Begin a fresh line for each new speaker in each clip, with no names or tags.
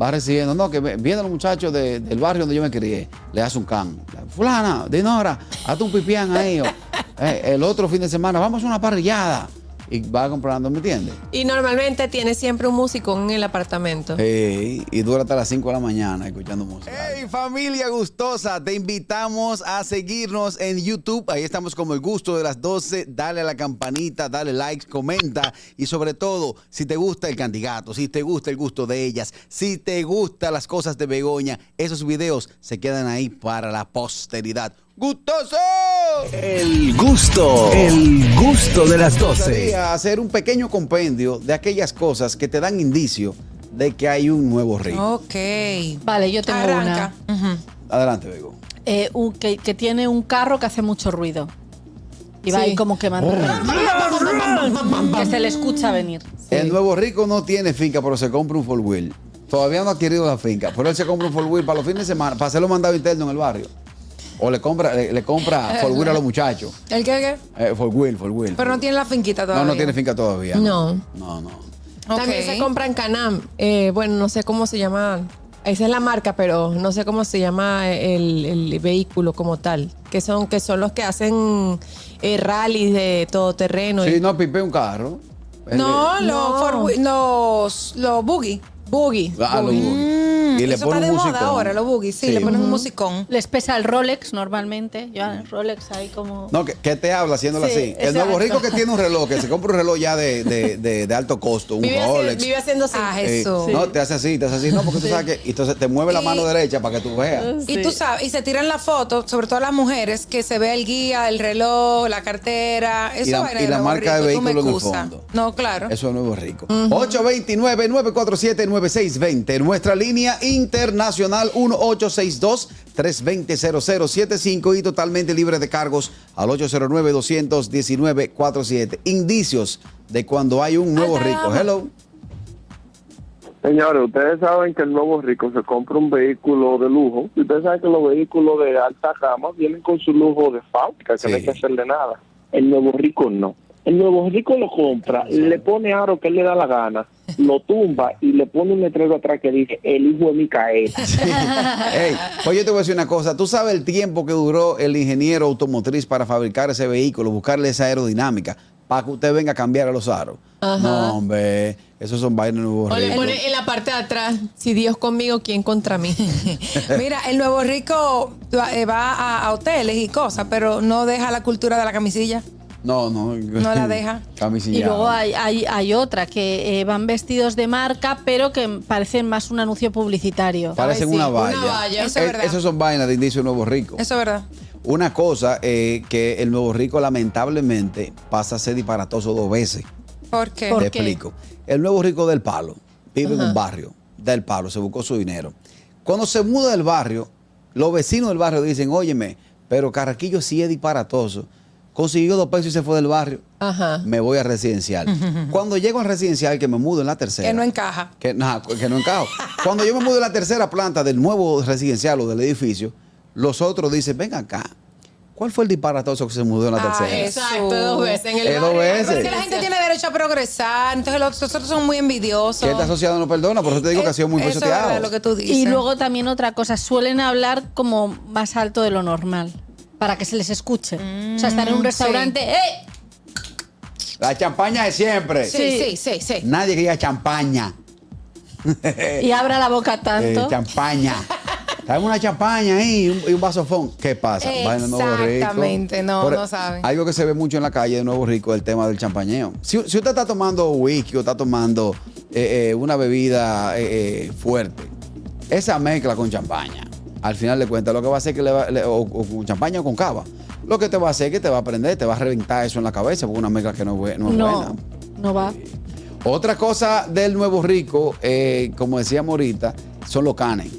va recibiendo. No, que vienen los muchachos de- del barrio donde yo me crié, le hace un can. Fulana, Dinora, hazte un pipián a ellos. Eh, el otro fin de semana, vamos a una parrillada. Y va comprando, ¿me entiendes?
Y normalmente tiene siempre un músico en el apartamento.
Eh, y dura hasta las 5 de la mañana escuchando música.
Hey familia gustosa, te invitamos a seguirnos en YouTube. Ahí estamos como el gusto de las 12. Dale a la campanita, dale like, comenta y sobre todo, si te gusta el candidato, si te gusta el gusto de ellas, si te gustan las cosas de Begoña, esos videos se quedan ahí para la posteridad. ¡Gustoso!
El gusto, el gusto de las doce.
gustaría hacer un pequeño compendio de aquellas cosas que te dan indicio de que hay un nuevo rey.
Ok.
Vale, yo tengo
Arranca.
una.
Ujú.
Adelante, Bego.
Eh, un- que, que tiene un carro que hace mucho ruido. Y va
Sí.
ahí como quemando. Oh. que se le escucha venir.
El nuevo rico no tiene finca, pero se compra un four wheel. Todavía no ha adquirido la finca, pero él se compra un four wheel para los fines de semana, para hacerlo mandado interno en el barrio. O le compra, le, le compra four wheel a los muchachos.
¿El qué, el qué?
Eh, four wheel, four wheel.
Pero no tiene la finquita
No,
todavía.
no tiene finca todavía.
No.
No, no.
También
Ok.
se compra en Canam. Eh, bueno, no sé cómo se llama. Esa es la marca, pero no sé cómo se llama el, el vehículo como tal. Que son, que son los que hacen eh, rallies de todoterreno.
Sí,
y-
no pipé un carro. Eh, El
No,
No.
Los, four wheel- los, los boogie.
Boogie.
de- Ah, lo- y le
Eso
pone
está
un
de
músico.
moda ahora, los boogie. Sí, le ponen un musicón.
Les pesa el Rolex normalmente. Llevan el Rolex ahí como.
No, que, que te habla haciéndolo
Sí,
así. El nuevo
exacto.
rico que tiene un reloj, que se compra un reloj ya de, de- de- de alto costo, un
Vive, haci-
Rolex.
vive haciendo así.
Ah,
Eh,
eso.
No, te hace así, te hace así. No, porque tú sabes que. y Entonces te mueve la
Y-
mano derecha para que tú veas.
Y tú sabes, y se tiran la foto, sobre todo las mujeres, que se ve el guía, el reloj, la cartera. Eso
Y la-
vaina
y la
lo
marca de
bonito, tú me
vehículo en el
excusas.
fondo.
No, claro.
Eso es nuevo rico. 829-947-9620. Nuestra línea internacional 1862-320-0075 y totalmente libre de cargos al 809-219-47. Indicios de cuando hay un nuevo rico. Hello.
Señores, ustedes saben que el nuevo rico se compra un vehículo de lujo. Y ustedes saben que los vehículos de alta gama vienen con su lujo de fábrica, que
Sí.
no hay que hacerle nada. El nuevo rico no. El nuevo rico lo compra, le pone aro que él le da la gana, lo tumba y le pone un letrero atrás que dice, el hijo de Micael.
Ey, pues yo te voy a decir una cosa. ¿Tú sabes el tiempo que duró el ingeniero automotriz para fabricar ese vehículo, buscarle esa aerodinámica, para que usted venga a cambiar a los aros? No, hombre, esos son vainas nuevos.
O le
ricos.
pone en la parte de atrás, si Dios conmigo, ¿quién contra mí?
Mira, el Nuevo Rico va eh, va a, a hoteles y cosas, pero no deja la cultura de la camisilla.
No, no.
No la deja.
Y
Camisillado.
luego hay, hay- hay otra que eh, van vestidos de marca, pero que parecen más un anuncio publicitario.
Parecen
Ay, sí,
una
una
valla.
valla.
Eso es
Eh,
verdad.
Esos son vainas de indicio nuevo rico.
Eso es verdad.
Una cosa eh, que el nuevo rico lamentablemente pasa a ser disparatoso dos veces.
Porque
¿Por
Te
qué?
explico. El nuevo rico del palo vive en un barrio del palo, se buscó su dinero. Cuando se muda del barrio, los vecinos del barrio dicen, óyeme, pero Carraquillo sí es disparatoso. Consiguió dos pesos y se fue del barrio.
Ajá.
Me voy a residencial. Cuando llego al residencial, que me mudo en la tercera.
que no encaja.
Que, nah, que no encajo. Cuando yo me mudo a la tercera planta del nuevo residencial o del edificio, los otros dicen, ven acá, ¿cuál fue el disparatoso que se mudó en la
Ah,
tercera?
eso.
Exacto, dos veces en el
Eh, dos
barrio.
veces.
Porque la gente tiene derecho a progresar, entonces los otros son muy envidiosos.
Que esta sociedad no perdona, por eso te digo que ha sido muy
Eso es verdad
pisoteado.
lo que tú dices.
Y luego también otra cosa, suelen hablar como más alto de lo normal, para que se les escuche. o sea, estar en un restaurante, Mm, ¡eh!
La champaña de siempre.
Sí, sí, sí, sí.
Nadie que diga champaña.
Y abra la boca
Eh,
tanto.
champaña. Trae una champaña ahí y un, y un vasofón. ¿Qué pasa? Vaina de Nuevo Rico.
Exactamente, no, no saben.
Algo que se ve mucho en la calle de Nuevo Rico es el tema del champañeo. Si, si usted está tomando whisky o está tomando eh, eh, una bebida eh, eh, fuerte, esa mezcla con champaña, al final de cuentas, lo que va a hacer que le va- le- o, o con champaña o con cava, lo que te va a hacer es que te va a prender, te va a reventar eso en la cabeza, porque una mezcla que no es, bu- no es buena.
no, no va.
Otra cosa del nuevo rico, eh, como decíamos ahorita, son los canes.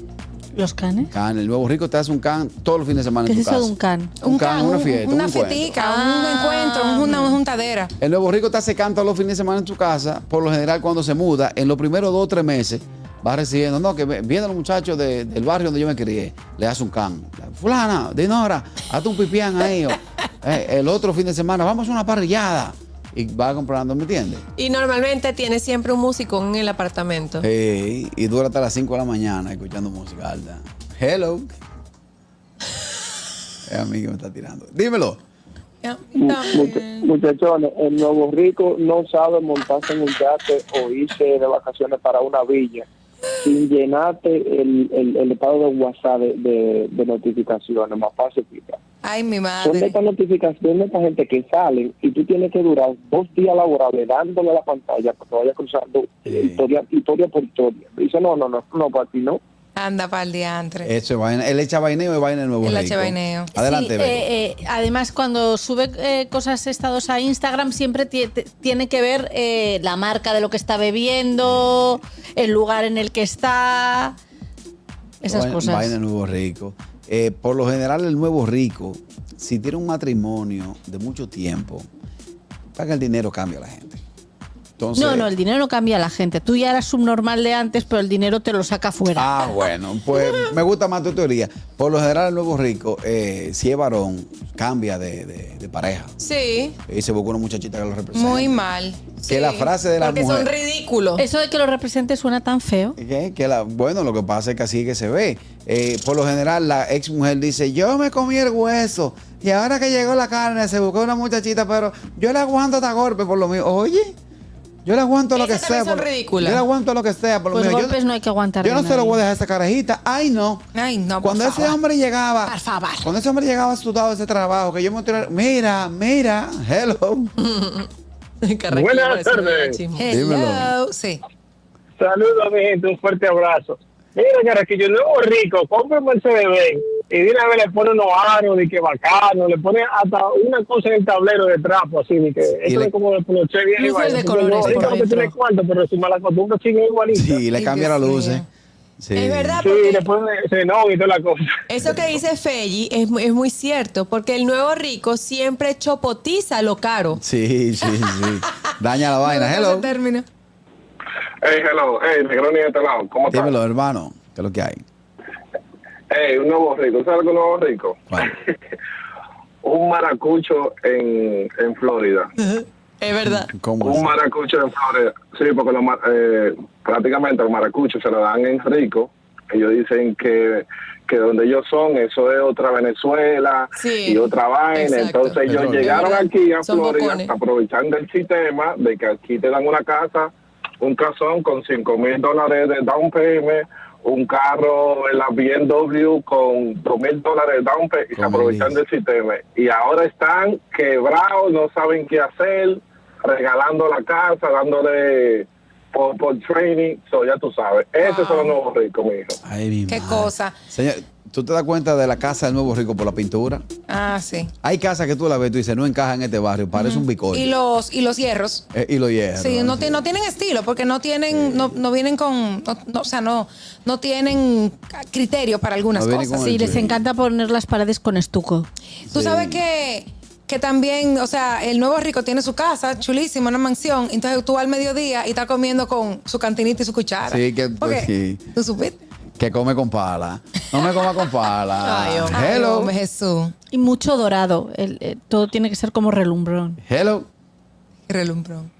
¿Los canes?
Can, el nuevo rico te hace un can todos los fines de semana
¿Qué
en tu
es eso
casa.
de un can?
Un, can, una
un-
fiesta.
Una
un encuentro.
fietica,
Ah.
un encuentro, una juntadera.
El nuevo rico te hace can todos los fines de semana en tu casa. Por lo general, cuando se muda, en los primeros dos o tres meses, va recibiendo. No, que ve- vienen los muchachos de- del barrio donde yo me crié, le hace un can. Fulana, Dinora, hazte un pipián a ellos. Eh, el otro fin de semana, vamos a una parrillada. y va comprando, ¿me entiendes?
Y normalmente tiene siempre un músico en el apartamento.
Eh. Ey, y dura hasta las 5 de la mañana escuchando música alta. Hello. es a mí que me está tirando. Dímelo.
Much- Muchachones, en Nuevo Rico no sabe montarse en un yate o irse de vacaciones para una villa sin llenarte el, el, el estado de WhatsApp de, de, de notificaciones, más fácil. explicar.
Ay, mi
Son de
madre.
estas notificaciones de esta gente que salen y tú tienes que durar dos días laborables dándole a la pantalla porque vaya cruzando eh, historia, historia por historia. Dice, no, no, no, no, para ti no.
Anda para el diantre.
Eso es vaina. Él echa vaineo y vaina en nuevo.
Él
Rico.
echa vaineo.
Adelante,
Sí,
Beto.
eh, eh, además, cuando sube eh, cosas estados a Instagram, siempre tie- te- tiene que ver eh, la marca de lo que está bebiendo, el lugar en el que está, esas
Vaina-
cosas.
Vaina en Nuevo Rico. Eh, por lo general, el Nuevo Rico, si tiene un matrimonio de mucho tiempo, paga el dinero, cambia a la gente. Entonces,
No, no, el dinero no cambia a la gente. Tú ya eras subnormal de antes, pero el dinero te lo saca fuera.
Ah, bueno, pues me gusta más tu teoría. Por lo general, el Nuevo Rico, eh, si es varón, cambia de, de- de pareja.
Sí.
Y se busca una muchachita que lo represente.
Muy mal.
Que la frase de la
Porque
mujer.
son ridículos.
Eso de que lo represente suena tan feo.
¿Qué? Que la, bueno, lo que pasa es que así es que se ve. Eh, por lo general, la ex mujer dice, yo me comí el hueso y ahora que llegó la carne se buscó una muchachita, pero yo le aguanto hasta golpe por lo mío. Oye, yo le aguanto lo que
Esas
sea.
también son
por-
ridículas.
Yo le aguanto lo que sea por lo
Pues
mío. Yo
golpes no hay que aguantar
Yo no
a
se lo
nadie.
voy a dejar a esa carajita. Ay, no.
Ay, no, por
Cuando ese
favor.
hombre llegaba,
Por favor.
cuando ese hombre llegaba sudado de ese trabajo, que yo me tiraba, mira, mira, hello.
Carraquillo,
Buenas
por eso me da
tardes.
chismo.
Hello. Sí.
Saludos, mi gente, un fuerte abrazo. Mira, Carraquillo, Nuevo Rico, compra un Mercedes Benz y de una vez le pone unos aros de que bacano, le pone hasta una cosa en el tablero de trapo, así de que eso
le-
es como de poloche bien
Luces
igual.
de
Entonces,
colores
Nuevo
por
Rico no
dentro.
tiene cuarto, pero su mala costumbre sigue igualita.
Sí, le
Ay,
cambia la
Dios
luz.
mío.
eh. Sí.
Es verdad,
Sí,
porque
después se enoja y toda la cosa.
eso que dice Feji es, mu- es muy cierto, porque el nuevo rico siempre chopotiza lo caro.
Sí, sí, sí. Daña la vaina.
Me gusta
Hello.
ese término.
Hey, hello, hey, Negroni de este lado, ¿cómo estás?
Dímelo, hermano, ¿qué es lo que hay?
Hey, un nuevo rico, ¿sabes algo nuevo rico?
¿Cuál?
Un maracucho en, en Florida.
Es verdad.
¿Cómo
Un
así?
maracucho en Florida. Sí, porque los mar- eh, prácticamente los maracuchos se lo dan en rico. Ellos dicen que, que donde ellos son, eso es otra Venezuela
Sí,
y otra vaina.
exacto.
Entonces ellos
Pero-
llegaron aquí a
Son
Florida
bocones.
aprovechando el sistema de que aquí te dan una casa, un casón con 5 mil dólares de down payment, un carro en la BMW con 2 mil dólares de down payment y se
Con
aprovechan
el-
del sistema. Y ahora están quebrados, no saben qué hacer, regalando la casa, dándole por, por training. So, ya tú sabes, esos son los nuevos ricos, mi hijo.
Ay, mi
Qué
madre.
cosa.
Señor, ¿tú te das cuenta de la casa del Nuevo Rico por la pintura?
Ah, sí.
Hay casas que tú la ves y tú dices, no encaja en este barrio, parece un bicote.
Y los, y los hierros.
Eh, y lo hierro.
Sí, no,
Sí.
ti- no tienen estilo porque no tienen, no, no vienen con, no, no, o sea, no, no tienen criterio para algunas
No vienen
cosas.
con el
Sí, les
Sí.
encanta poner las paredes con estuco.
Tú
Sí.
sabes que, que también, o sea, el nuevo rico tiene su casa chulísima, una mansión. Entonces tú vas al mediodía y estás comiendo con su cantinita y su cuchara.
Sí, que- pues
Porque
sí.
tú supiste.
Que come con pala. No me coma con pala.
Ay, hombre.
Ay,
hello.
hombre, Jesús.
Y mucho dorado. El- eh, todo tiene que ser como relumbrón.
hello.
Qué relumbrón.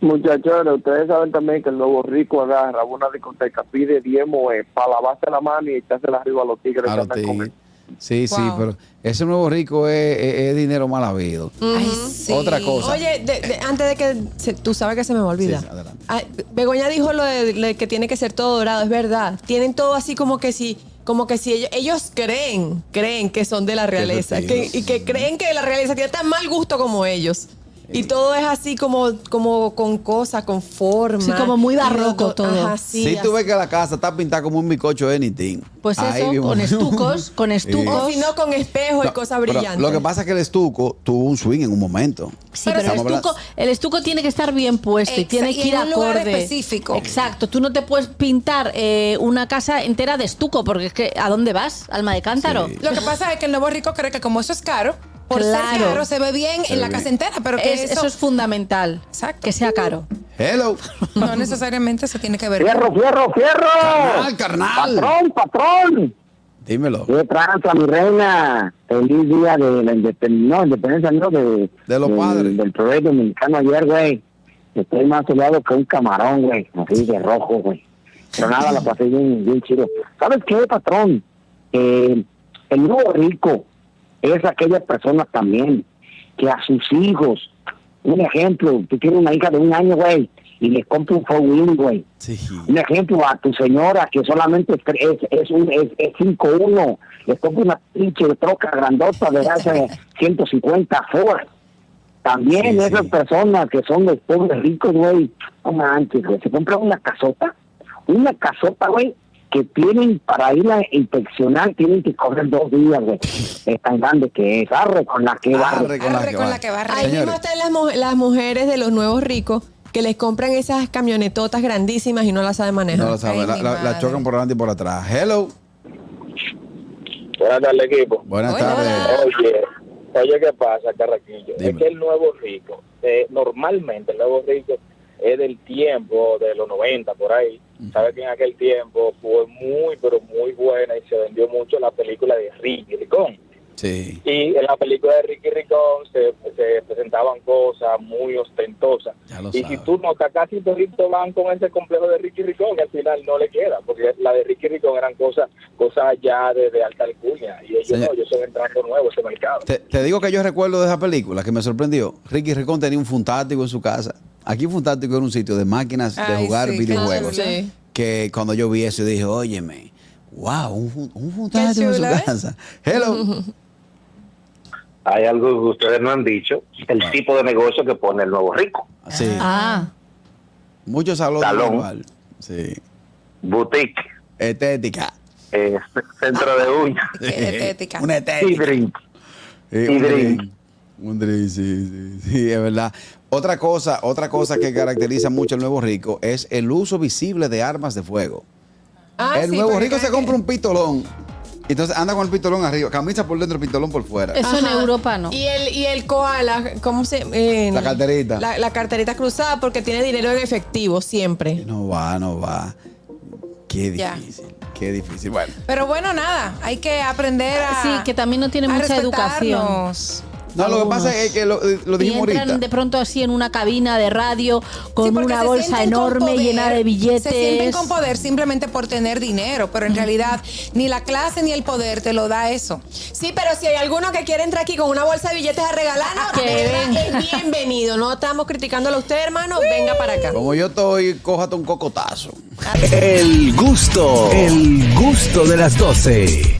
Muchachos, ustedes saben también que el nuevo rico agarra una discoteca, pide 10 moes para lavarse la mano y echársela arriba a los tigres
A
que
los
andan con
tigres.
él.
Sí, sí,
Wow.
pero ese Nuevo Rico es, es- es dinero mal habido.
Ay, sí.
Otra cosa.
Oye, de- de- antes de que se- tú sabes que se me va a
eh,
olvidar.
Sí, sí, adelante.
Ah, Begoña dijo lo de, lo de que tiene que ser todo dorado, es verdad. Tienen todo así como que si, como que si ellos, ellos creen, creen que son de la realeza, que-
tigres.
y que creen que la realeza tiene tan mal gusto como ellos.
Eh.
Y todo es así como, como con cosas, con forma.
Sí, como muy barroco
Ajá,
todo.
sí,
si tú
así.
ves que la casa está pintada como un bicocho de anything.
Pues
Ahí
eso,
vimos.
con estucos, con estucos.
O si no, con espejo y
No,
cosas
pero
brillantes.
Lo que pasa es que el estuco tuvo un swing en un momento.
Sí, pero,
Estamos
el,
hablando-
estuco, el estuco tiene que estar bien puesto y
Exa-
tiene
y
que ir
en un lugar
acorde.
específico.
Exacto. Tú no te puedes pintar eh, una casa entera de estuco porque es que ¿a dónde vas? Alma de cántaro.
Lo que pasa es que el nuevo rico cree que como eso es caro, por ser
Claro.
caro se ve bien en la
ve
casa
bien.
entera, pero que
Es-
eso,
eso es fundamental.
Exacto.
Que sea caro.
Hello.
no necesariamente se tiene que ver.
¡Fierro, fierro, fierro!
Carnal, carnal.
¡Patrón, patrón!
Dímelo.
¿Qué pasa, mi reina? Feliz día de la independencia, no, independencia no, de,
De los
del-
padres.
Del provecho dominicano ayer, güey. Estoy más soleado que un camarón, güey. Así de rojo, güey. Pero nada, la pasé bien, bien chido. ¿Sabes qué, patrón? Eh, el nuevo rico es aquella persona también que a sus hijos, un ejemplo, tú tienes una hija de un año, güey, y le compra un four güey.
Sí.
Un ejemplo a tu señora que solamente es tre- es es un es, es 51, le compra una pinche troca grandota de hace 150 Ford. También
Sí,
esas
sí.
personas que son los pobres ricos, güey, no manches, güey, se compran una casota, una casota, güey, que tienen para ir a inspeccionar, tienen que correr dos días, güey. Es tan grande que es, arre con la que va.
Arre con la
Arre
que
con
va.
la que barre.
Ahí mismo
Señores,
están las, mu- las mujeres de los nuevos ricos que les compran esas camionetotas grandísimas y no las saben manejar.
no lo saben.
Ay,
La,
mi
la- la
madre.
chocan por adelante y por atrás. Hello.
Buenas tardes, equipo.
Buenas
Hola.
tardes.
Oye, oye, ¿qué pasa, Carraquillo? Es
Dime.
que el nuevo rico, eh, normalmente el nuevo rico es del tiempo de los 90, por ahí. Sabes que en aquel tiempo fue muy, pero muy buena y se vendió mucho la película de Ricky Ricón.
Sí.
Y en la película de Ricky Ricón se, se presentaban cosas muy ostentosas.
Ya lo
Y si
sabes.
tú notas, casi todito van con ese complejo de Ricky Ricón, que al final no le queda, porque la de Ricky Ricón eran cosas cosas ya de, de alta alcurnia. Y ellos
Señor.
no, ellos son entrando nuevos a ese mercado.
Te, te digo que yo recuerdo de esa película que me sorprendió. Ricky Ricón tenía un funtático en su casa. Aquí Funtático era un sitio de máquinas de
Ay,
jugar
sí, qué
videojuegos.
chulo.
Sí.
Que cuando yo vi eso dije, óyeme, wow, un, fun- un funtático
Qué
en su
chulo, ¿eh?
casa. Hello.
Hay algo que ustedes no han dicho, el
Ah.
tipo de negocio que pone el nuevo rico.
Sí.
Ah,
Muchos salón
Salón.
igual. Sí.
Boutique,
Estética.
eh, centro de uñas,
Qué estética.
Una
y
estética.
drink.
Eh,
Y
un
drink.
Un drink, sí, sí, sí, es verdad. Otra cosa, otra cosa que caracteriza mucho al nuevo rico es el uso visible de armas de fuego.
Ah,
el
sí,
nuevo
porque
rico se
cada
compra
que-
un pistolón. Entonces anda con el pistolón arriba, camisa por dentro, pistolón por fuera.
eso en
Ajá.
Europa no.
Y el, y el koala, ¿cómo se...? eh,
La carterita.
La, la carterita cruzada porque tiene dinero en efectivo siempre.
No va, no va. Qué
Ya.
difícil, qué difícil. Bueno,
Pero bueno, nada, hay que aprender a.
Sí, que también no tiene
a
mucha educación.
respetarnos.
no, lo que pasa
Algunos.
es que lo, lo
Y
dijimos
entran
ahorita.
de pronto así en una cabina de radio con
porque
una
se
bolsa
sienten con
enorme
poder,
llena de billetes.
Se sienten con poder simplemente por tener dinero, pero en realidad ni la clase ni el poder te lo da eso.
Sí, pero si hay alguno que quiere entrar aquí con una bolsa de billetes a regalarnos,
Que
de verdad,
venga.
es bienvenido. No estamos criticándolo a usted, hermano. Venga para acá.
Como yo estoy, cójate un cocotazo.
El gusto, el gusto de las doce.